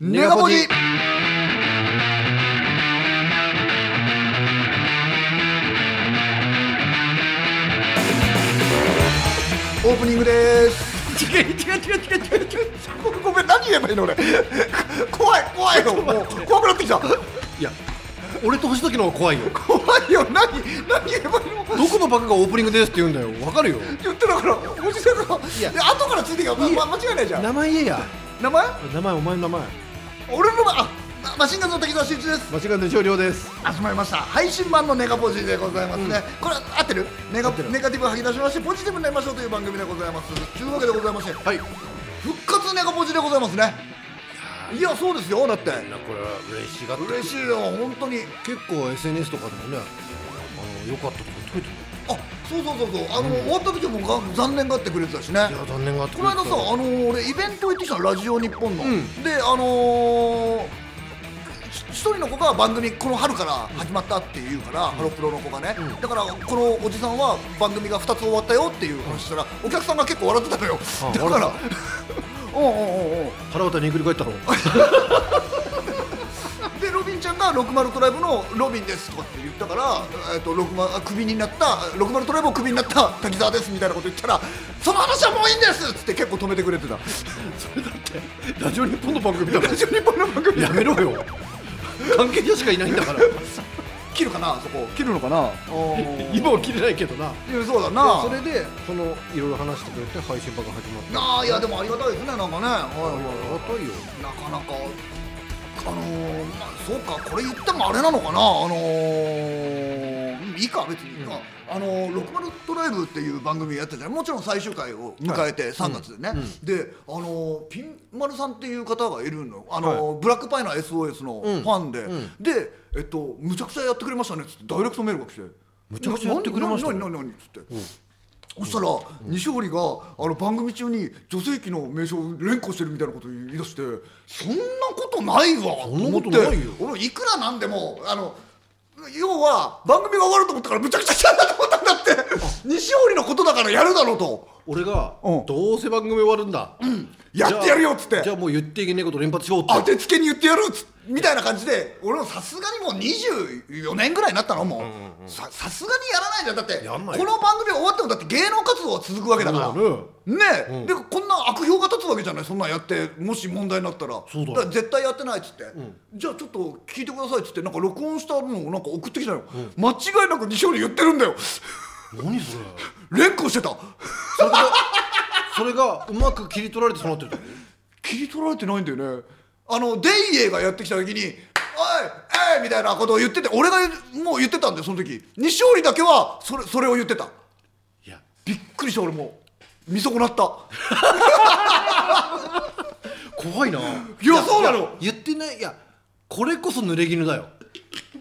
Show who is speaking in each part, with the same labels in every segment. Speaker 1: ネガポジオープニングです
Speaker 2: 違う違う違う違う違う違う
Speaker 1: ごごめん何言えばいいの俺怖い怖いよもう怖くなってきた
Speaker 2: いや俺と星崎の方が怖いよ
Speaker 1: 怖いよ何何言えばいいの
Speaker 2: どこのバカがオープニングですって言うんだよわかるよ
Speaker 1: 言ってるからおじさんがいや後からついてきた、ま、ま間違いないじゃん
Speaker 2: 名前言えや
Speaker 1: 名前
Speaker 2: 名前お前の名前
Speaker 1: 俺の名前あマシンガンズの滝沢秀一です
Speaker 2: 間違いの少量です
Speaker 1: 集まりました配信版のネガポジでございますね、これ合ってるネガ
Speaker 2: ってる
Speaker 1: ネガティブを吐き出しましてポジティブになりましょうという番組でございますというわけでございまして
Speaker 2: はいいや
Speaker 1: 復活ネガポジでございますねいやそうですよだって
Speaker 2: これは嬉しがっ
Speaker 1: 嬉しいよ本当に
Speaker 2: 結構 SNS とかでもねあの良かったとか解いて
Speaker 1: あそうそうそうそうあの、終わった時もが残念がってくれてたしね
Speaker 2: るいや残念があって
Speaker 1: この間さ、あのー俺イベント行ってきたのラジオ日本の、
Speaker 2: ん
Speaker 1: であのーひ一人の子が番組この春から始まったっていうから、ハロプロの子がね、だからこのおじさんは番組が2つ終わったよっていう話したら、お客さんが結構笑ってたのよ、
Speaker 2: あ
Speaker 1: だから
Speaker 2: 笑
Speaker 1: おうおうおうおう
Speaker 2: 腹渡りにくり返ったろ
Speaker 1: でロビンちゃんが「60トライブのロビンです」とかって言ったから、えっと60あクビになった60トライブをクビになった滝沢ですみたいなこと言ったら「その話はもういいんです!」っつって結構止めてくれ てた
Speaker 2: それだってラジオ日本の番組だから
Speaker 1: ラジオ日本の番組
Speaker 2: やめろよ関係者しかいないんだから
Speaker 1: 切るかなそこ切るのかな
Speaker 2: 今は切れないけどない
Speaker 1: やそうだな
Speaker 2: それでそのいろいろ話してくれて配信場が始まって
Speaker 1: なあいやでもありがたいですねなんかね、
Speaker 2: あ
Speaker 1: はい
Speaker 2: りがたいよ
Speaker 1: なかなかあのー、まあそうかこれ言ってもあれなのかなあのー、いいか別にいいか、あのー「60トライブ」っていう番組やってたじゃんもちろん最終回を迎えて3月でね、で、あのーピン丸さんっていう方がいるの、あのーブラックパイの SOS のファンで、で、えっと「むちゃくちゃやってくれましたね」っつってダイレクトメールが来て「む
Speaker 2: ちゃくちゃやってくれましたね
Speaker 1: 何何何何?」っつって。そしたら西堀があの番組中に女性器の名称を連呼してるみたいなことを言い出してそんなことないわと
Speaker 2: んな
Speaker 1: 思っ
Speaker 2: こ
Speaker 1: て
Speaker 2: とないよ
Speaker 1: 俺いくらなんでもあの要は番組が終わると思ったからむちゃくちゃしちゃったと思ったんだって西堀のことだからやるだろうと
Speaker 2: 俺が
Speaker 1: うん
Speaker 2: どうせ番組終わるんだ
Speaker 1: やってやるよっつっ
Speaker 2: じゃ
Speaker 1: て
Speaker 2: あもう言っていけないこと連発しようって
Speaker 1: 当てつけに言ってやるっつみたいな感じで俺もさすがにもう24年ぐらいになったのもうささすがにやらないじゃんだって
Speaker 2: やん
Speaker 1: こ
Speaker 2: ないよ
Speaker 1: の番組終わってもだって芸能活動は続くわけだから。
Speaker 2: そうだよね
Speaker 1: ねえ、でこんな悪評が立つわけじゃないそんなんやってもし問題になったら
Speaker 2: そうだよ
Speaker 1: から絶対やってないっつって、じゃあちょっと聞いてくださいっつってなんか録音したのをなんか送ってきたよ、間違いなく西堀言ってるんだよ
Speaker 2: 何それ
Speaker 1: 連呼してた
Speaker 2: それがうまく切り取られてそうなってる
Speaker 1: 切り取られてないんだよねあのデイエーがやってきた時に「おいえい!」みたいなことを言ってて俺がもう言ってたんだよその時西堀だけはそれそれを言ってた
Speaker 2: いや
Speaker 1: びっくりした俺もう見損なった
Speaker 2: 怖いない
Speaker 1: いやそうなの
Speaker 2: や言ってないいやこれこそ濡れ衣だよ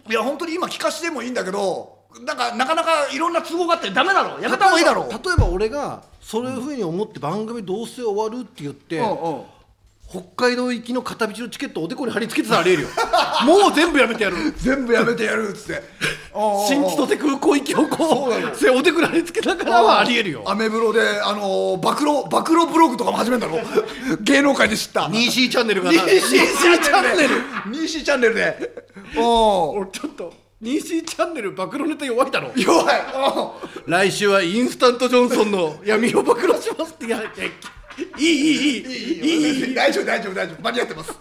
Speaker 1: いや本当に今聞かしてもいいんだけどなんかなかなかいろんな都合があってダメだろやめた方がいいだろ
Speaker 2: 例えば俺がそういうふうに思って番組どうせ終わるって言って、
Speaker 1: うんうん
Speaker 2: 北海道行きの片道のチケットをおでこに貼り付けてたらありえるよ もう全部やめてやる
Speaker 1: 全部やめてやるっつって
Speaker 2: 新千歳空港行きをこ
Speaker 1: そうな
Speaker 2: うそれおでこに貼り付けたからはありえるよ
Speaker 1: アメブロであのー暴露暴露ブログとかも始めたの芸能界で知った
Speaker 2: 西チャンネルがな
Speaker 1: 西チャンネル
Speaker 2: 西
Speaker 1: 西チャンネルでおー
Speaker 2: 俺ちょっと西チャンネル暴露ネタ弱いだろ
Speaker 1: 弱いおー
Speaker 2: 来週はインスタントジョンソンの闇を暴露しますってやいやいいいいいいいいいいいい
Speaker 1: 大丈夫大丈夫大丈夫間に合ってます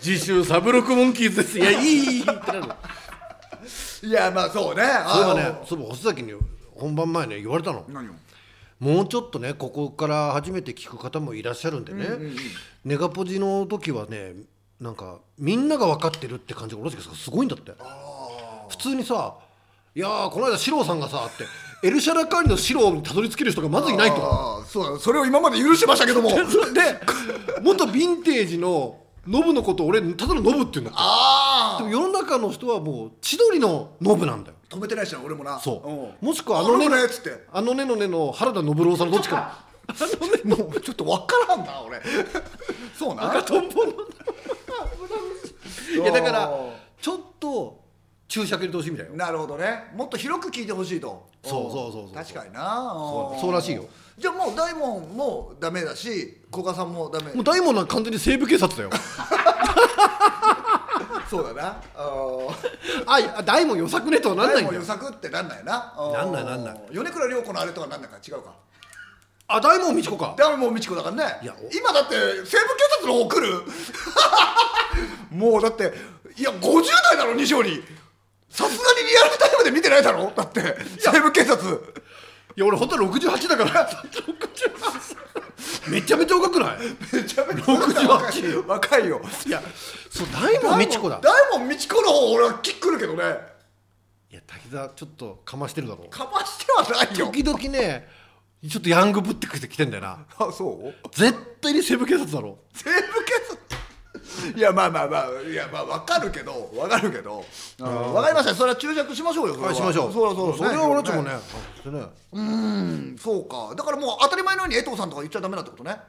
Speaker 2: 次週サブロクモンキーズですいやいいいいいいってなる
Speaker 1: いやまあそうね
Speaker 2: そういえ
Speaker 1: あ
Speaker 2: ば
Speaker 1: ー
Speaker 2: ねそういえば細崎に本番前ね言われたの
Speaker 1: 何を
Speaker 2: もうちょっとねここから初めて聞く方もいらっしゃるんでね、ネガポジの時はねなんかみんなが分かってるって感じが俺たちがすごいんだって普通にさ「いやーこの間四郎さんがさ」ってエルシャラカーニの四郎にたどり着ける人がまずいないと
Speaker 1: あーそうだそれを今まで許してましたけど も
Speaker 2: で元ヴィンテージのノブのことを俺ただのノブって言うんだって
Speaker 1: あ
Speaker 2: でも世の中の人はもう千鳥のノブなんだよ
Speaker 1: あ止めてないしな俺もな
Speaker 2: そう
Speaker 1: も
Speaker 2: もしくは
Speaker 1: あ
Speaker 2: あ
Speaker 1: のね
Speaker 2: のね
Speaker 1: っつって
Speaker 2: あのねのねの原田信郎さんのどっちか
Speaker 1: もうちょっとわからんな俺そうな
Speaker 2: トンボのいやだからちょっと注射入れてほしいみたいよ
Speaker 1: なるほどねもっと広く聞いてほしいと
Speaker 2: そうそうそうそう
Speaker 1: 確かにな
Speaker 2: そうんそうらしいよ
Speaker 1: じゃあもう大門もダメだし古賀さんもダメ
Speaker 2: もう大門なんか完全に西部警察だよ
Speaker 1: そうだなうん
Speaker 2: あいあ大門よさくねとはなんな
Speaker 1: 大
Speaker 2: い
Speaker 1: 門
Speaker 2: んだよ
Speaker 1: 予策ってなんないなう
Speaker 2: なんないなんない
Speaker 1: 米倉涼子のあれとはなんないか違うか
Speaker 2: あ大門美智子か
Speaker 1: 大門美智子だからね
Speaker 2: いやお
Speaker 1: 今だって西部警察の方来る もうだっていや50代だろ西堀さすがにリアルタイムで見てないだろだって西部警察
Speaker 2: いや俺本当は68だから めちゃめちゃ若くない
Speaker 1: めちゃめちゃ若い
Speaker 2: 68
Speaker 1: 若いよ
Speaker 2: いやそう大門美智子だ
Speaker 1: 大門美智子の方俺はキックるけどね
Speaker 2: いや滝沢ちょっとかましてるだろう
Speaker 1: かましてはないよ
Speaker 2: 時々ねちょっとヤングぶってきてきてんだよな
Speaker 1: あそう
Speaker 2: 絶対に西部警察だろ
Speaker 1: 西部警 察いやまあまあまあいやまあわかるけどわかるけどあのわかりましたそれは注釈しましょうよそれは
Speaker 2: はいしましょう
Speaker 1: そうだそうだ
Speaker 2: それは俺たちもねあそれね
Speaker 1: うんそうかだからもう当たり前のように江藤さんとか言っちゃダメだってこと ね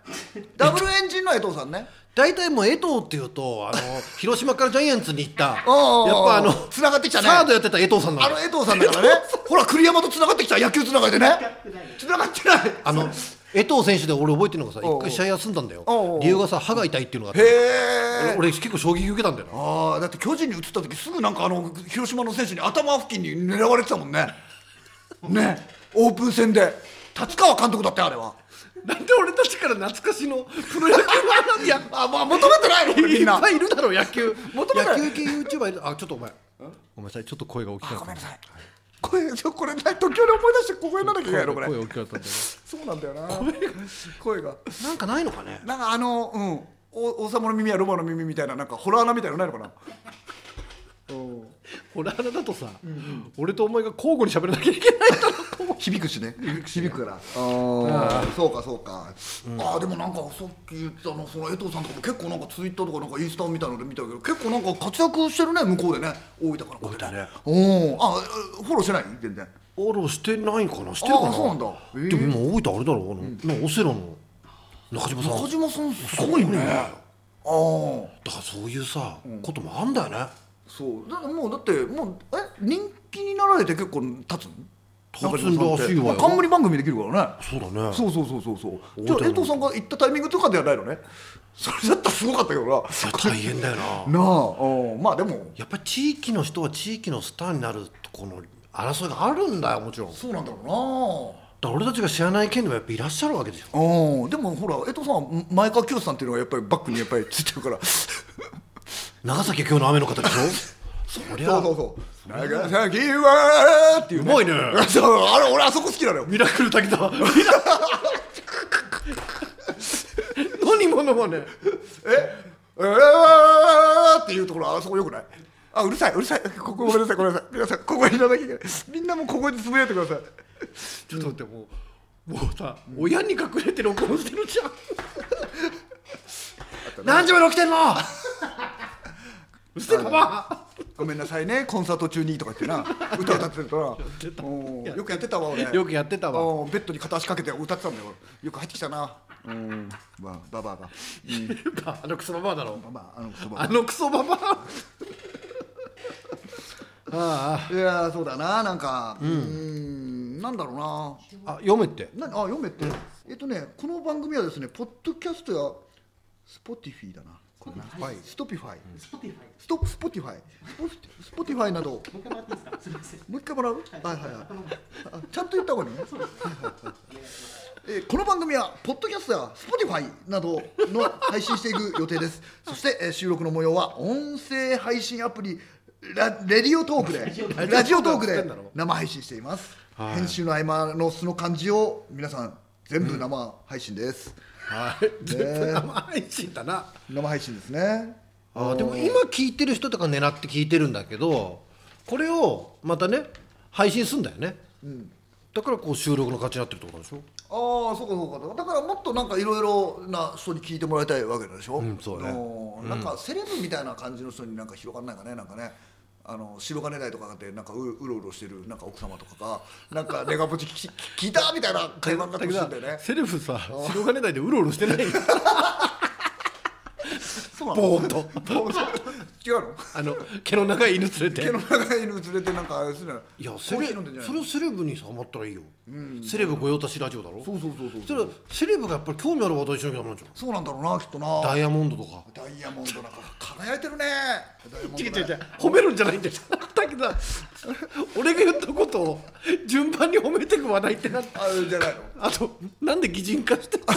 Speaker 1: ダブルエンジンの江藤さんね
Speaker 2: 大体もう江藤っていうと あの広島からジャイアンツに行ったやっ
Speaker 1: おうおうおう
Speaker 2: ぱあの
Speaker 1: 繋がってきたね
Speaker 2: サードやってた江藤さんな
Speaker 1: あ
Speaker 2: の
Speaker 1: の江藤さんだからねほら栗山と繋がってきた野球繋がりでね繋がってない
Speaker 2: あの江藤選手で俺覚えてるのがさ
Speaker 1: おうおう
Speaker 2: 一回試合休んだんだよ
Speaker 1: おうおう
Speaker 2: 理由がさ歯が痛いっていうのがあって
Speaker 1: へえ
Speaker 2: 俺俺結構衝撃受けたんだよな
Speaker 1: ああだって巨人に移った時すぐなんかあの広島の選手に頭付近に狙われてたもんねねオープン戦で立川監督だってあれは
Speaker 2: なんで俺たちから懐かしのプロ野球の花火や
Speaker 1: あまあ求めてないのこれみんな
Speaker 2: ぱいいるだろ野球
Speaker 1: 求めない
Speaker 2: 野球系 YouTuber いるあちょっとお前ごめんなさいちょっと声が大きかった
Speaker 1: ごめんなさいこれちょこれな時折思い出してここになんなきゃいけないのこれ
Speaker 2: 声大きかったんだよ
Speaker 1: そうなんだよな声が
Speaker 2: ななんかないのかね
Speaker 1: なんかあのうんお王様の耳やロマの耳みたいななんかホラー穴みたいなのないのかなうん
Speaker 2: 俺あれだとさ、俺とお前が交互に喋らなきゃいけないか ら
Speaker 1: 響くしね響くからああそうかそうか、ああでもなんかさっき言ったのその江藤さんとかも結構なんかツイッターとかなんかインスタみたいので見たけど結構なんか活躍してるね向こうでね大分から
Speaker 2: 分ね
Speaker 1: おおあえフォローしてない全然
Speaker 2: あらしてないかなしてるかな
Speaker 1: あそうなんだへえ
Speaker 2: でも今大分あれだろうあの、なんかオセロの中島さん
Speaker 1: 中島さんすごいねああ
Speaker 2: だからそういうさ、こともあんだよね
Speaker 1: そうだからもうだってもうえ人気になられて結構経つの
Speaker 2: 立つんだらしい
Speaker 1: 中島さんっ
Speaker 2: わよ
Speaker 1: てもう冠番組できるからね
Speaker 2: そうだね
Speaker 1: そうそうそうそうそう。じゃ
Speaker 2: 大
Speaker 1: あ
Speaker 2: 手の
Speaker 1: 江藤さんが行ったタイミングとかではないのね。それだったらすごかったけどな。な
Speaker 2: や大変だよな
Speaker 1: あ、うんまあでも
Speaker 2: やっぱり地域の人は地域のスターになるとこの争いがあるんだよもちろんだか
Speaker 1: そうなんだろ
Speaker 2: ら俺たちが知らない県でもやっぱいらっしゃるわけでしょ
Speaker 1: うな。うん、でもほら江藤さんは前川清さんっていうのがやっぱりバックにやっぱりついてる から。
Speaker 2: 長崎は今日の雨の方でしょそりゃ
Speaker 1: そうそうそう。長崎はーっていう、
Speaker 2: うまいね
Speaker 1: そうあれ俺あそこ好きなのよ。
Speaker 2: ミラクル滝沢何ものまね
Speaker 1: え、えーっていうところあそこよくない。あうるさいうるさい。ここごめんなさいごめんなさい。皆さんここにいらなきゃいけない。みんなもうここでつぶやいてください。
Speaker 2: ちょっと待ってもうもうさ、親に隠れて録音してるじゃん 何時まで起きてんのうっせえパパ
Speaker 1: ごめんなさいねコンサート中にとか言ってな歌歌ってるとなうんよくやってたわ俺
Speaker 2: よくやってたわ
Speaker 1: うんベッドに片足かけて歌ってたんだよよく入ってきたなうんまあババアが
Speaker 2: あのクソババアだろ
Speaker 1: ババアあのそば
Speaker 2: あのクソババアあ
Speaker 1: いやーそうだななんかうーんなんだろう
Speaker 2: ああ読めって
Speaker 1: ななあ読めってえっとねこの番組はですねポッドキャストやスポティフィだなこれなストピファイ
Speaker 3: スポティファイ。
Speaker 1: ストスポティファイスポティファイなど
Speaker 3: もう一回もらっていいですか。すみません。
Speaker 1: もう一回もらうはいはいはいあちゃんと言った方がいいねえーこの番組はポッドキャストや Spotify などの配信していく予定ですそして、えー収録の模様は音声配信アプリラレディオトークでラジオトークで生配信しています、
Speaker 2: はい
Speaker 1: 編集の合間の素の感じを皆さん全部生配信です、
Speaker 2: はい絶対生配信だな
Speaker 1: 生配信ですね
Speaker 2: あーでも今聞いてる人とか狙って聞いてるんだけどこれをまたね配信すんだよね、だからこう収録の価値になってるってことでしょ
Speaker 1: ああそうかそうかだからもっとなんかいろいろな人に聞いてもらいたいわけでしょ、
Speaker 2: うんそうね
Speaker 1: のなんかセレブみたいな感じの人になんか広がんないかねなんかねあの白金台とかでなんかううろうろしてるなんか奥様とかがなんかネガポジ聞き聞いたみたいな会話になってほしいんだよね
Speaker 2: セレブさ白金 台でうろうろしてない
Speaker 1: そうなの
Speaker 2: ぼーっと
Speaker 1: ぼーっと違うの
Speaker 2: あの毛の長い犬連れて
Speaker 1: 毛の長い犬連れてなんかあれするの
Speaker 2: いやセ
Speaker 1: コー
Speaker 2: レ
Speaker 1: ヒー飲んでんじゃない
Speaker 2: それをセレブにハマったらいいよ、
Speaker 1: ん
Speaker 2: セレブ御用達ラジオだろ
Speaker 1: そうそうそうそう
Speaker 2: それはセレブがやっぱり興味ある話題にしなきゃダメなんじゃん
Speaker 1: そうなんだろうなきっとな
Speaker 2: ダイヤモンドとか
Speaker 1: ダイヤモンドだから輝いてるねダイヤモンドね
Speaker 2: 褒めるんじゃないんだよだけど俺が言ったことを順番に褒めてく話題ってな
Speaker 1: あれじゃないの
Speaker 2: あとなんで擬人化して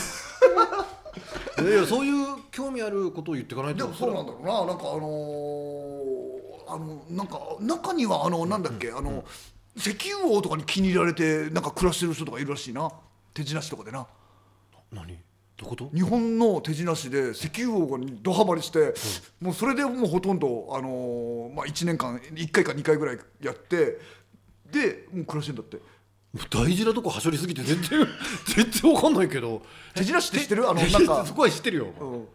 Speaker 2: いやいやそういう興味あることを言っていかない
Speaker 1: で
Speaker 2: と
Speaker 1: もそうなんだろうななんかあのーあのなんか中にはあのなんだっけ、あの石油王とかに気に入られてなんか暮らしてる人とかいるらしいな手品師とかでな
Speaker 2: 何どういうこと
Speaker 1: 日本の手品師で石油王がドハマりして、もうそれでもうほとんど、あのーまあ、1年間1回か2回ぐらいやってでもう暮らしてんだって
Speaker 2: 大事なとこはしょりすぎて全然 全然わかんないけど
Speaker 1: 手品師って知ってるあの
Speaker 2: 手
Speaker 1: なん
Speaker 2: 品
Speaker 1: か
Speaker 2: そ、こは知ってるよ、
Speaker 1: うん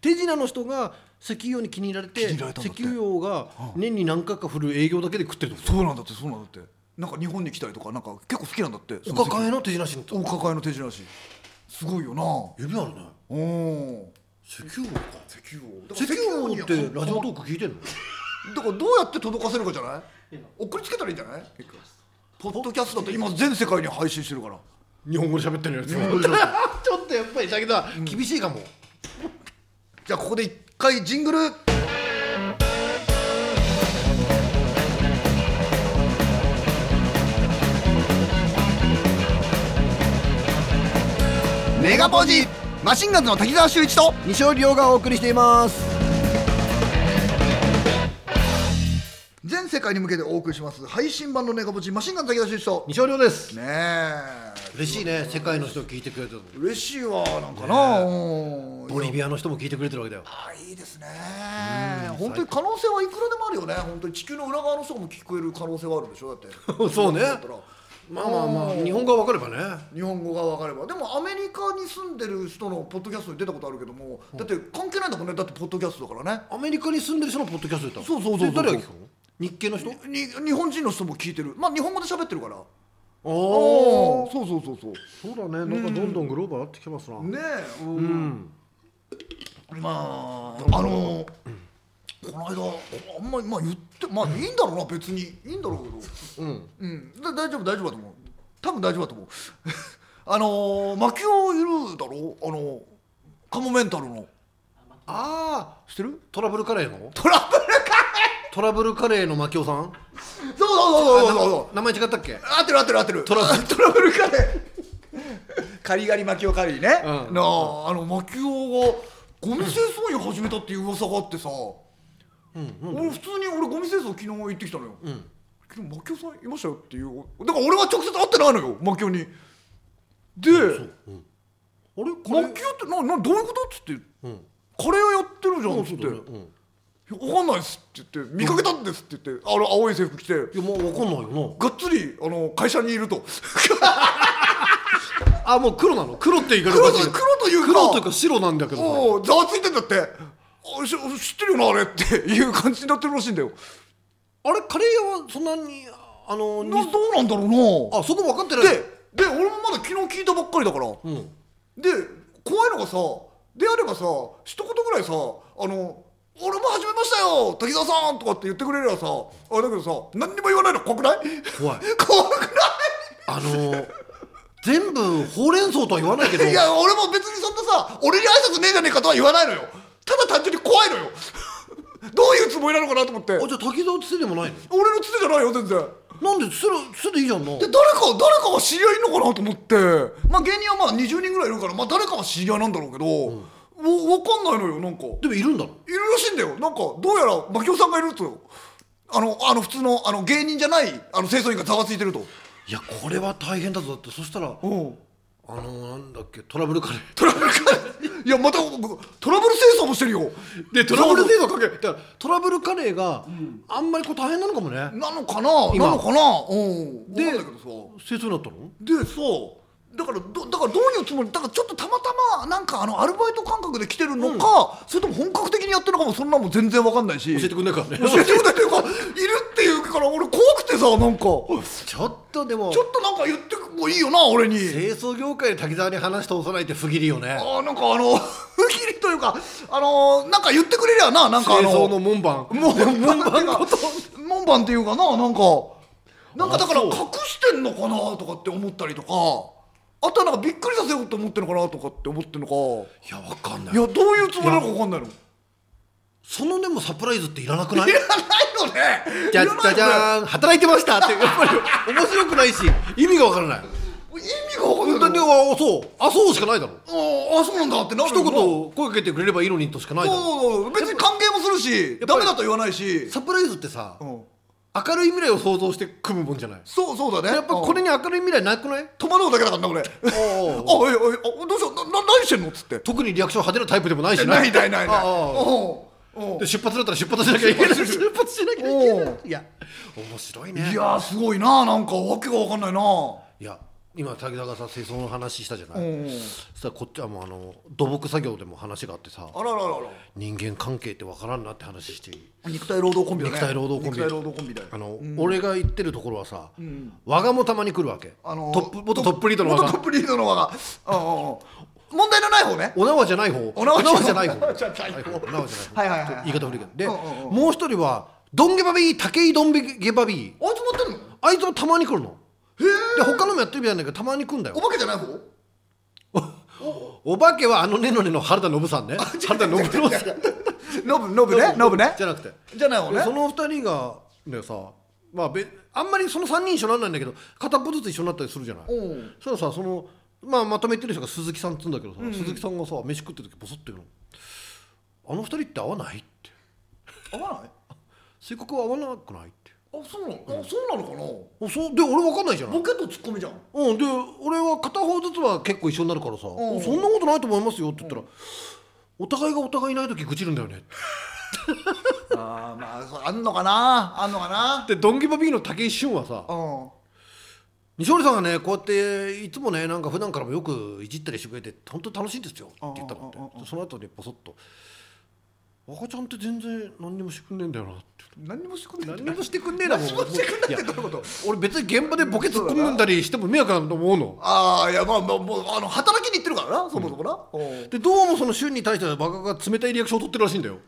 Speaker 2: 手品の人が石油王に気に入られて
Speaker 1: 気に入られたんだって
Speaker 2: 石油王が年に何回か振る営業だけで食ってるってこ
Speaker 1: そうなんだってそうなんだってなんか日本に来たりとかなんか結構好きなんだって
Speaker 2: とお抱え
Speaker 1: え
Speaker 2: の手品師の人
Speaker 1: お抱えの手品師すごいよな
Speaker 2: 指あるね
Speaker 1: うん
Speaker 2: 石油王か
Speaker 1: 石油王
Speaker 2: 石油王ってラジオトーク聞いてんの
Speaker 1: だからどうやって届かせるかじゃない送りつけたらいいんじゃないポッドキャストって今全世界に配信してるから
Speaker 2: 日本語で喋ってるやつち
Speaker 1: 本語で喋
Speaker 2: ょっとやっぱりだけど厳しいかも
Speaker 1: じゃあここで一回ジングルメガポージマシンガンズの滝沢秀一と
Speaker 2: 西尾亮がお送りしています
Speaker 1: 全世界に向けてお送りします配信版のネガポジマシンガンズ滝沢秀一と
Speaker 2: 西尾亮です
Speaker 1: ねえ
Speaker 2: 嬉しいね世界の人聞いてくれてる
Speaker 1: 嬉しいわなんかな、うん
Speaker 2: ボリビアの人も聞いてくれてるわけだよ
Speaker 1: あいいですね本当に可能性はいくらでもあるよね本当に地球の裏側の人も聞こえる可能性はあるでしょだって
Speaker 2: そうね
Speaker 1: だったら
Speaker 2: まあまあまあ
Speaker 1: うん
Speaker 2: 日本語が分かればね
Speaker 1: 日本語が分かればでもアメリカに住んでる人のポッドキャストに出たことあるけども、だって関係ないんだもんねだってポッドキャストだからね
Speaker 2: アメリカに住んでる人のポッドキャストでた
Speaker 1: そうそうそうそう
Speaker 2: 誰が聞くの日系の人
Speaker 1: に日本人の人も聞いてるまあ日本語で喋ってるからあ
Speaker 2: お
Speaker 1: そうそうそうそう
Speaker 2: そうだね、なんかどんどんグローバーなってきてますな。
Speaker 1: ねえ、うん
Speaker 2: うん。
Speaker 1: まああのこの間あんまりまあ言ってまあいいんだろうな別にいいんだろうけど
Speaker 2: うん。
Speaker 1: うんだ大丈夫大丈夫だと思う多分大丈夫だと思う あのー、マキオいるだろあのー、カモメンタルの
Speaker 2: ああ、
Speaker 1: 知ってる
Speaker 2: トラブルカレーの。
Speaker 1: トラブル
Speaker 2: トラブルカレーのマキオさ
Speaker 1: そう
Speaker 2: ん。
Speaker 1: そうそうそうそうそう
Speaker 2: 名前名前違ったっけ。
Speaker 1: 合ってる合ってる合ってる
Speaker 2: トラブ
Speaker 1: トラブルカレーカリガリマキオカリーね、
Speaker 2: うん
Speaker 1: なああのマキオがゴミ清掃員始めたっていう噂があってさ、
Speaker 2: うん。
Speaker 1: 俺普通に俺ゴミ清掃昨日行ってきたのよ、
Speaker 2: うん。
Speaker 1: 昨日マキオさんいましたよっていうだから俺は直接会ってないのよマキオにで、
Speaker 2: あれ、
Speaker 1: マ
Speaker 2: カレ
Speaker 1: ッ
Speaker 2: ー
Speaker 1: キオってななどういうことっつって
Speaker 2: うん。
Speaker 1: カレー屋やってるじゃんっつ
Speaker 2: そ
Speaker 1: っ
Speaker 2: う
Speaker 1: て「
Speaker 2: だ
Speaker 1: わ
Speaker 2: ねうん。
Speaker 1: かんないっす」って言って「見かけたんです」って言ってあの青い制服着て
Speaker 2: いや、もうわかんないよ
Speaker 1: がっつりあの会社にいると
Speaker 2: な。あ、もう黒なの。黒って言い方
Speaker 1: 黒
Speaker 2: お
Speaker 1: と
Speaker 2: かしい。
Speaker 1: 黒というか
Speaker 2: 黒というか白なんだけど。
Speaker 1: おおざわついてんだってあし知ってるよなあれっていう感じになってるらしいんだよ
Speaker 2: あれ、カレー屋はそんなに、あの、に
Speaker 1: などうなんだろうな
Speaker 2: あ、そこ分かってない。
Speaker 1: で、で俺もまだ昨日聞いたばっかりだから
Speaker 2: うん。
Speaker 1: で怖いのがさであればさ一言ぐらいさ「あの俺も始めましたよ滝沢さん」とかって言ってくれればさあれだけどさ何にも言わないの怖くない
Speaker 2: 怖い。
Speaker 1: 怖く
Speaker 2: あの。 全部ほうれん草とは言わないけど
Speaker 1: ないい。や俺も別にそんなさ俺に挨拶ねえじゃねえかとは言わないのよただ単純に怖いのよ どういうつもりなのかなと思って
Speaker 2: あ、じゃ、滝沢つてでもないの。
Speaker 1: 俺のつてじゃないよ全然
Speaker 2: なんで、する、するでいいじゃんな。
Speaker 1: で誰か誰かが知り合いいんのかなと思ってまあ芸人はまあ20人ぐらいいるからまあ誰かが知り合いなんだろうけど、わ分かんないのよなんか
Speaker 2: でもいるんだろ。
Speaker 1: いるらしいんだよなんかどうやら牧雄さんがいるとよあのあの普通のあの芸人じゃないあの清掃員がざわついてると
Speaker 2: いや、これは大変だぞだって、そしたら、あ
Speaker 1: うん
Speaker 2: のー、なんだっけ、トラブルカレー。
Speaker 1: トラブルカレーいやまたトラブル清掃もしてるよ
Speaker 2: で、トラブル制度かけ、だからトラブルカレーがあんまりこう大変なのかもね。
Speaker 1: なのかな
Speaker 2: 今
Speaker 1: なのかなうん
Speaker 2: で
Speaker 1: わかんないけどさ
Speaker 2: 清掃になったの。
Speaker 1: でさだからどだからどういうつもりだからちょっとたまたまなんかあのアルバイト感覚で来てるのか、それとも本格的にやってるのかもそんなもん全然わかんないし
Speaker 2: 教えてくんないからね。
Speaker 1: 教えてくれないというかいるっていうから俺怖くてさなんかちょ
Speaker 2: ちょっとでも
Speaker 1: っとなんか言ってもいいよな俺に
Speaker 2: 清掃業界で滝沢に話しておさないって不義理よね。
Speaker 1: あーなんかあの 切りというかあのーなんか言ってくれりゃななんかあ
Speaker 2: 清掃
Speaker 1: の
Speaker 2: の門番
Speaker 1: もう門
Speaker 2: 番のこと
Speaker 1: 門番っていうかななんかなんかだから
Speaker 2: あそう
Speaker 1: 隠してんのかなとかって思ったりとかあとはなんかびっくりさせようと思ってんのかなとかって思ってんのか
Speaker 2: いやわかんない
Speaker 1: いやどういうつもりなのか分かんないの
Speaker 2: そのでもサプライズっていらなくない
Speaker 1: いらないのね
Speaker 2: じゃ
Speaker 1: いらないのね
Speaker 2: じゃじゃーん働いてましたってやっぱり面白くないし意味がわからない
Speaker 1: 意味が分か
Speaker 2: だ
Speaker 1: ん
Speaker 2: で
Speaker 1: ないの
Speaker 2: あそうあそうしかないだろ
Speaker 1: ああそうなんだってなる
Speaker 2: 一
Speaker 1: よな
Speaker 2: 言声かけてくれればいいのにとしかないだろ
Speaker 1: そうそうそう別に歓迎もするし
Speaker 2: ぱり
Speaker 1: ダメだと言わないし、
Speaker 2: サプライズってさ
Speaker 1: うん
Speaker 2: 明るい未来を想像して組むもんじゃない
Speaker 1: そうそうだね
Speaker 2: やっぱこれに明るい未来なくない
Speaker 1: 戸惑うだけだからな俺あ
Speaker 2: おうおう
Speaker 1: おいおいあどうしようなな何してんのっつって
Speaker 2: 特にリアクション派手なタイプでもないし
Speaker 1: ないない ないない
Speaker 2: ああ
Speaker 1: うんうん
Speaker 2: で出発だったら出発しなきゃいけない出
Speaker 1: 出
Speaker 2: 発
Speaker 1: 発
Speaker 2: し
Speaker 1: す
Speaker 2: なきゃいけな
Speaker 1: お
Speaker 2: いいや面白いね
Speaker 1: いやーすごいななんかわけが分かんないない
Speaker 2: や今滝沢がさ清掃の話したじゃな
Speaker 1: う
Speaker 2: い、
Speaker 1: ん
Speaker 2: そしたらこっちはもうあの土木作業でも話があってさ
Speaker 1: あらららら
Speaker 2: 人間関係ってわからんなって話していい
Speaker 1: 肉体労働コンビだね
Speaker 2: 肉体労働コンビ
Speaker 1: 肉体労働コンビだよ
Speaker 2: あの、俺が行ってるところはさ、
Speaker 1: ん
Speaker 2: 我がもたまに来るわけ、
Speaker 1: あのー
Speaker 2: トップ元トップリードの我
Speaker 1: 元トッ
Speaker 2: が
Speaker 1: プリードの輪がうんうんうん問題のない方ね
Speaker 2: お縄じゃない方
Speaker 1: お縄
Speaker 2: じゃない方
Speaker 1: お縄 じゃない方
Speaker 2: お縄じゃな
Speaker 1: はいはい
Speaker 2: い方
Speaker 1: はいはい
Speaker 2: 言い方古いけどで、
Speaker 1: うんうんうん
Speaker 2: もう一人はドンゲバビー武井ドンゲバビー
Speaker 1: あいつ持ってんの
Speaker 2: あいつもたまに来るの
Speaker 1: へえ
Speaker 2: で他のもやってるみたいなんだけどたまに来るんだよ
Speaker 1: お化けじゃない方
Speaker 2: お化けはあのねのねの原田信さんね原田信郎さん
Speaker 1: ノブノブねノブね
Speaker 2: じゃなくて
Speaker 1: じゃない方
Speaker 2: で
Speaker 1: ね
Speaker 2: その二人がねさまあべあんまりその三人一緒にならないんだけど片っぽずつ一緒になったりするじゃない
Speaker 1: うん
Speaker 2: そしたらさその、まあ、まとめてる人が鈴木さんっつうんだけどさ、鈴木さんがさ飯食ってる時ボソッと言うの「あの二人って合わない?」って
Speaker 1: 合わない
Speaker 2: 「性格は合わなくない?」って
Speaker 1: あそうなのあそうなのかな
Speaker 2: あそうで俺分かんないじゃない
Speaker 1: ボケとツッコミじゃん
Speaker 2: うん、で俺は片方ずつは結構一緒になるからさ「
Speaker 1: うん
Speaker 2: そんなことないと思いますよ」って言ったら、お互いがお互いいない時愚痴るんだよね」
Speaker 1: あーまあそうあんのかなあんのかな
Speaker 2: でドン・ギバビーの武井俊はさ
Speaker 1: うん
Speaker 2: 西堀さんがねこうやっていつもねなんか普段からもよくいじったりしてくれて本当に楽しいんですよって言ったの
Speaker 1: うんうん
Speaker 2: ってその後にポソッと「赤ちゃんって全然何にもしてくんねえんだよな」って
Speaker 1: 何にもしてくんねえ
Speaker 2: 何にもしてくんねえな
Speaker 1: 何にもしてくんないってどういうこと
Speaker 2: 俺別に現場でボケ突っ込んだりしても迷惑なんと思うの
Speaker 1: ああいやまあまあもうあの働きに行ってるからなそもそもな、うん
Speaker 2: でどうもその旬に対してはバカが冷たいリアクションを取ってるらしいんだよ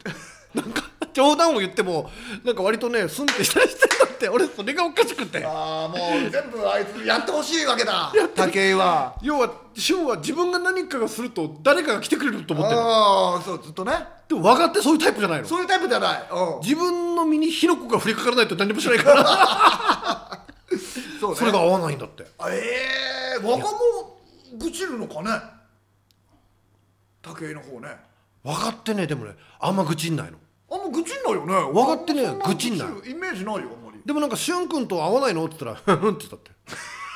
Speaker 2: なんか冗談を言ってもなんか割とねスンってしたりしてたって俺それがおかしくて
Speaker 1: ああもう全部あいつやってほしいわけ だ武井は
Speaker 2: 要は旬は自分が何かがすると誰かが来てくれると思ってる
Speaker 1: ああそうずっとね
Speaker 2: でも我がってそういうタイプじゃないの
Speaker 1: そういうタイプじゃない、うん、
Speaker 2: 自分の身に火の粉が降りかからないと何もしないから
Speaker 1: そうね
Speaker 2: それが合わないんだって
Speaker 1: ええー、若者愚痴るのかね武井の方ね
Speaker 2: 分かってねでもねあんま愚痴んないの
Speaker 1: あんま愚痴んないよね
Speaker 2: 分かってね
Speaker 1: そん
Speaker 2: 愚痴んない
Speaker 1: 愚るイメージないよあんまり
Speaker 2: でもなんかしゅんくんと合わないのって言ったら「 うん」って言ったって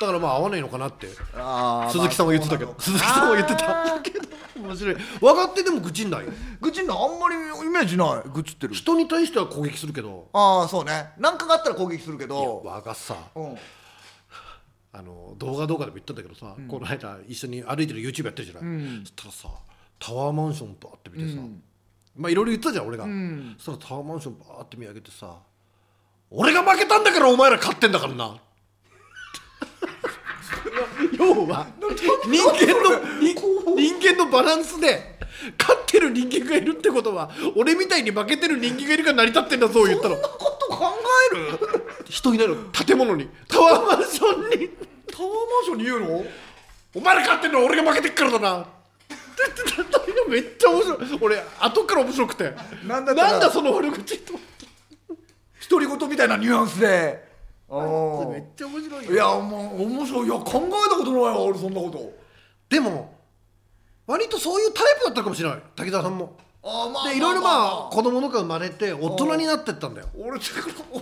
Speaker 2: だからまあ合わないのかなって
Speaker 1: あ
Speaker 2: 鈴木さんが言ってたけど鈴木さんが言ってたけど面白い分かってでも愚痴んないよ
Speaker 1: 愚痴んないあんまりイメージない愚痴ってる
Speaker 2: 人に対しては攻撃するけど
Speaker 1: ああそうね何かがあったら攻撃するけど
Speaker 2: 我がさ
Speaker 1: うん
Speaker 2: あの動画動画でも言ったんだけどさ、この間一緒に歩いてる YouTube やってるじゃない、そしたらさタワーマンションバーって見てさ、まあいろいろ言ってたじゃん俺が、そしたらタワーマンションバーって見上げてさ「俺が負けたんだからお前ら勝ってんだからな」要は人間の人人間のバランスで勝ってる人間がいるってことは俺みたいに負けてる人間がいるから成り立ってんだぞ言ったの
Speaker 1: そんなこと考える
Speaker 2: 人いないの建物にタワーマンションに。
Speaker 1: タワーマンションに言うの
Speaker 2: お前ら勝ってんのは俺が負けてっからだな って言ってたいやめっちゃ面白い俺後から面白くて
Speaker 1: なんだったら
Speaker 2: その悪口と思って
Speaker 1: 独り言みたいなニュアンスであ
Speaker 2: めっ
Speaker 1: あ
Speaker 2: ちゃ面白い
Speaker 1: いやもう面白いいや考えたことないわ俺そんなこと
Speaker 2: でも割とそういうタイプだったかもしれない滝沢さんも
Speaker 1: ああま
Speaker 2: でいろいろまあ子供の頃生まれて大人になってったんだよ
Speaker 1: 俺てか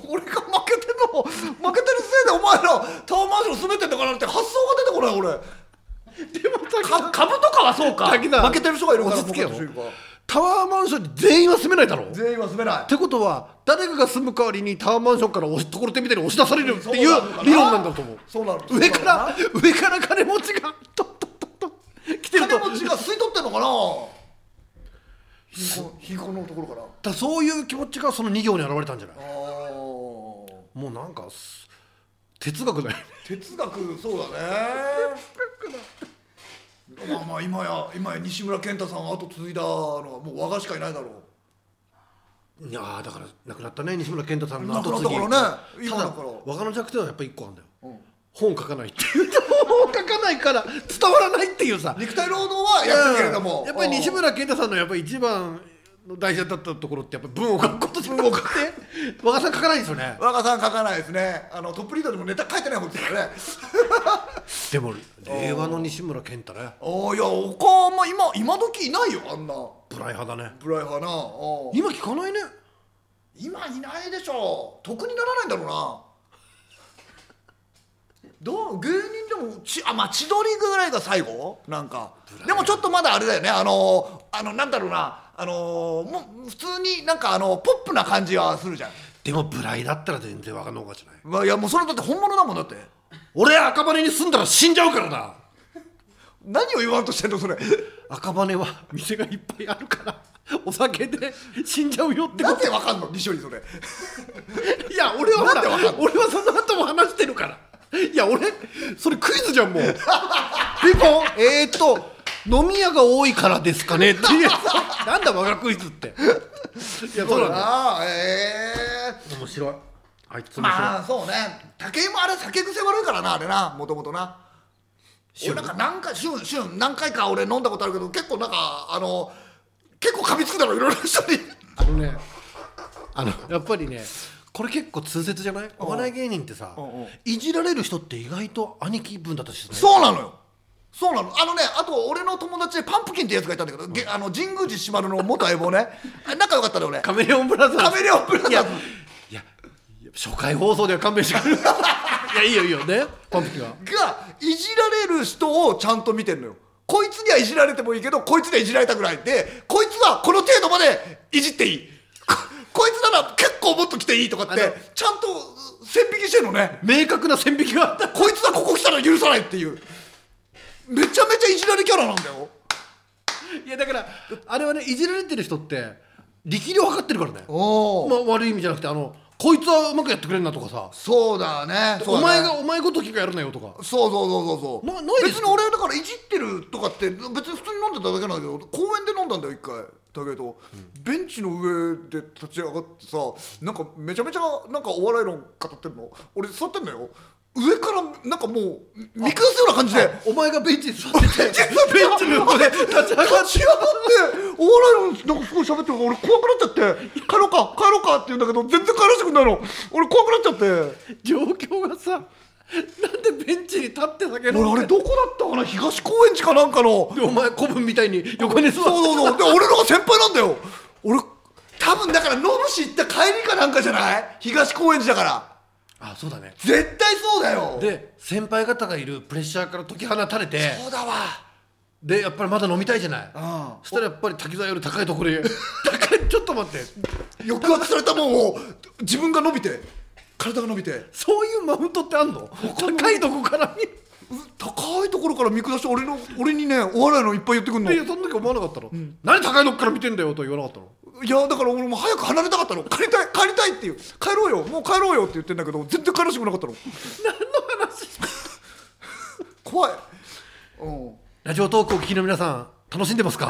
Speaker 1: 俺が負けてるの負けてるせいでお前らタワーマンション住めてんだからって発想が出てこない俺
Speaker 2: でも滝
Speaker 1: か株とかはそうか
Speaker 2: 滝沢
Speaker 1: 負けてる人がいるから
Speaker 2: 落ち着けよ
Speaker 1: 儲かってる人いるか
Speaker 2: タワーマンションに全員は住めないだろっ
Speaker 1: ら全員は住めない
Speaker 2: てことは誰かが住む代わりにタワーマンションから押しところてみたいに押し出されるっていう
Speaker 1: そうなのかな
Speaker 2: 理論なんだと思う
Speaker 1: そうなの
Speaker 2: 上から上から金持ちがとっとっとっと来てると
Speaker 1: 金持ちが吸い取ってんのかな貧困貧困のところから
Speaker 2: だからそういう気持ちがその2行に現れたんじゃない
Speaker 1: ああ
Speaker 2: もうなんかす哲学だよね
Speaker 1: 哲学そうだねまあまあ今や今や西村健太さん後継いだのはもう和菓しかいないだろう
Speaker 2: いやーだから亡くなったね西村健太さんの
Speaker 1: 亡く
Speaker 2: 後
Speaker 1: な
Speaker 2: 継
Speaker 1: っ
Speaker 2: ぎ
Speaker 1: たからね今
Speaker 2: た
Speaker 1: だ
Speaker 2: だ
Speaker 1: から
Speaker 2: 若の弱点はやっぱ一個あるんだよ、
Speaker 1: うん
Speaker 2: 本書かないっていう本書かないから伝わらないっていうさ
Speaker 1: 肉体労働はやったけれども、
Speaker 2: うんやっぱり西村健太さんのやっぱり一番の大事だったところってやっぱ文を書くこと文を書くって若さん書かないんですよね
Speaker 1: 若さん書かないですねあのトップリーダーでもネタ書いてない本ですからね
Speaker 2: でも令和の西村健太ね
Speaker 1: おおいやおかんま今今時いないよあんな
Speaker 2: プライ派だね
Speaker 1: ブライ派なおー
Speaker 2: 今聞かないね
Speaker 1: 今いないでしょ得にならないんだろうなどう芸人でもちあまあ千鳥ぐらいが最後なんかでもちょっとまだあれだよねあのーあのなんだろうなあのーもう普通になんかあのポップな感じはするじゃん、
Speaker 2: でもブライだったら全然若の方がじゃない
Speaker 1: まあ、いやもうそれだって本物だもんだって
Speaker 2: 俺赤羽に住んだら死んじゃうからな
Speaker 1: 何を言わんとしてんのそ れ
Speaker 2: 赤羽は店がいっぱいあるからお酒で死んじゃうよってこ
Speaker 1: なんでわかんの西織それ
Speaker 2: といや俺はほ
Speaker 1: なん
Speaker 2: ら
Speaker 1: でわかんの
Speaker 2: 俺はその後も話してるからいや俺それクイズじゃん もうピンポンえー、っと飲み屋が多いからですか ねっていうなんだ我がクイズっていやそうなんだ
Speaker 1: ああええ
Speaker 2: 面白いあいつ面白い、
Speaker 1: まあそうね武井もあれ酒癖悪いからなあれなもともとな俺なんか何回旬旬何回か俺飲んだことあるけど結構なんかあの結構噛みつくだろいろいろな人に
Speaker 2: あのね、あのやっぱりね、これ結構通説じゃない？お笑い芸人ってさ
Speaker 1: うんうん、
Speaker 2: いじられる人って意外と兄貴分だったりする ね。
Speaker 1: そうなのよそうなのあのねあと俺の友達でパンプキンってやつがいたんだけど、げあの神宮寺島丸の元相棒ねあ仲良かったね俺
Speaker 2: カメレオンブラザーズ。
Speaker 1: カメレオンブラザーズ
Speaker 2: いやいやいや初回放送では勘弁してくれる。 いやいいよいいよね。パンプキンは。
Speaker 1: がいじられる人をちゃんと見てんのよこいつにはいじられてもいいけどこいつにはいじられたくないでこいつはこの程度までいじっていいここいつなら結構もっと来ていいとかって
Speaker 2: あの
Speaker 1: ちゃんと線引きしてんのね
Speaker 2: 明確な線引きがあった。
Speaker 1: こいつはここ来たら許さないっていうめちゃめちゃいじられキャラなんだよ
Speaker 2: いやだからあれはねいじられてる人って力量測ってるからね。
Speaker 1: お
Speaker 2: まあ悪い意味じゃなくてあのこいつはうまくやってくれるなとかさ、
Speaker 1: そうだねそう
Speaker 2: お
Speaker 1: だね
Speaker 2: 前がお前ごときがやるなよとか。
Speaker 1: そうそうそうそうそう
Speaker 2: なないです
Speaker 1: 別に俺だからいじってるとかって別に普通に飲んでただけなんだけど公園で飲んだんだよ一回だけど、ベンチの上で立ち上がってさなんかめちゃめちゃなんかお笑い論語ってるの俺座ってんだよ上からなんかもう見返すような感じで
Speaker 2: お前がベンチに座って てベンチの横で立ち上がって
Speaker 1: 立ち上がってお笑いのなんかすごい喋ってる俺怖くなっちゃって帰ろうか帰ろうかって言うんだけど全然帰らせてくんないの俺怖くなっちゃって。
Speaker 2: 状況がさなんでベンチに立って酒飲んで
Speaker 1: 俺あれどこだったかな東高円寺かなんかの
Speaker 2: でお前古文みたいに横に座っ
Speaker 1: そう
Speaker 2: て
Speaker 1: そうそうで俺のが先輩なんだよ俺多分だから野口行った帰りかなんかじゃない東高円寺だから
Speaker 2: あそうだね
Speaker 1: 絶対そうだよ
Speaker 2: で先輩方がいるプレッシャーから解き放たれて
Speaker 1: そうだわ
Speaker 2: でやっぱりまだ飲みたいじゃない
Speaker 1: ん
Speaker 2: そしたらやっぱり滝沢より高いところへ 高いちょっと待って
Speaker 1: 抑圧されたもんを自分が伸びて体が伸びてう
Speaker 2: そういうマウントってあんの高いとこから見る
Speaker 1: 高いところから見下して俺の俺にねお笑いのいっぱい言ってくんの
Speaker 2: いやその時思わなかったの、何高いとこから見てんだよとは言わなかったの
Speaker 1: いやだから俺も早く離れたかったの帰りたい帰りたいっていう帰ろうよもう帰ろうよって言ってんだけど全然帰らしてくれなかったの何の話 怖いうん
Speaker 2: ラジオトークを聞きの皆さん楽しんでま すか、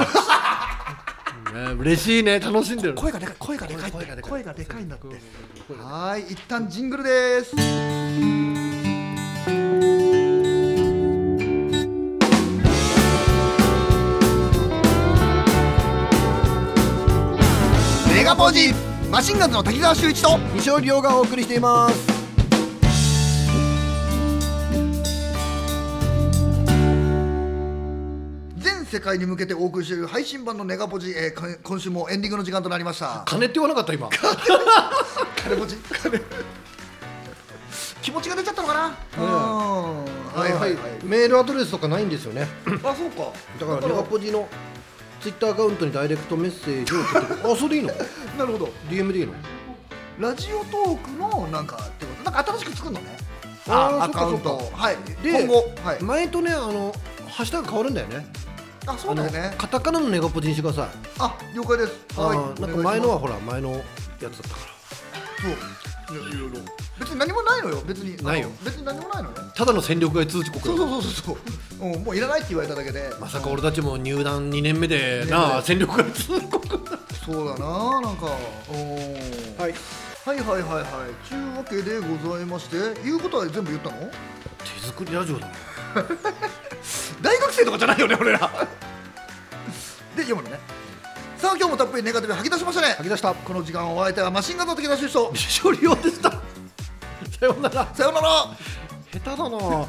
Speaker 2: ね、嬉しいね楽しんでる
Speaker 1: 声がでかい声がでかいって
Speaker 2: 声がでかい
Speaker 1: 声がでかいんだって
Speaker 2: 声がでかい
Speaker 1: はーい一旦ジングルですメガポージマシンガンズの滝沢秀一と
Speaker 2: 二勝両がお送りしています
Speaker 1: 全世界に向けてお送りしている配信版のネガポジ、えーか、今週もエンディングの時間となりました
Speaker 2: 金って言わなかった今
Speaker 1: 金持ち金 気持ちが出ちゃったのかな、う
Speaker 2: うん
Speaker 1: んはいはいはい
Speaker 2: メールアドレスとかないんで すよね
Speaker 1: あそうか
Speaker 2: だからネガポジのツイッターアカウントにダイレクトメッセージを送ってくるあそれでいい の
Speaker 1: なるほど
Speaker 2: DM でいいの
Speaker 1: ラジオトークのなんかってことなんか新しく作るのね
Speaker 2: あー
Speaker 1: アカウント
Speaker 2: そっ
Speaker 1: はい
Speaker 2: で
Speaker 1: 今後はい
Speaker 2: 前とねあのハッシュタグ変わるんだよね
Speaker 1: あそうだよね
Speaker 2: あのカタカナのネガポジにしてください
Speaker 1: あ了解です
Speaker 2: あー
Speaker 1: はい
Speaker 2: なんか前の
Speaker 1: お願いし
Speaker 2: はほら前のやつだったから
Speaker 1: ますいやいろいろ別に何もないのよ別にあの
Speaker 2: ないよ
Speaker 1: 別に何もないのね
Speaker 2: ただの戦力外通知告
Speaker 1: そう
Speaker 2: だ
Speaker 1: そうそうそうそう、うん、もういらないって言われただけで
Speaker 2: まさか俺たちも入団2年目でなあ戦力外通告
Speaker 1: そうだななんかおー
Speaker 2: はい
Speaker 1: はいはいはいはいちゅうわけでございまして言うことは全部言ったの
Speaker 2: 手作りラジオだね
Speaker 1: 大学生とかじゃないよね俺ら で読むのねさあ今日もたっぷりネガティブ吐き出しましたね吐き出したこの時間お相手はマシンガンの的な出走
Speaker 2: 処理用でしたさようなら
Speaker 1: さようなら
Speaker 2: 下手だな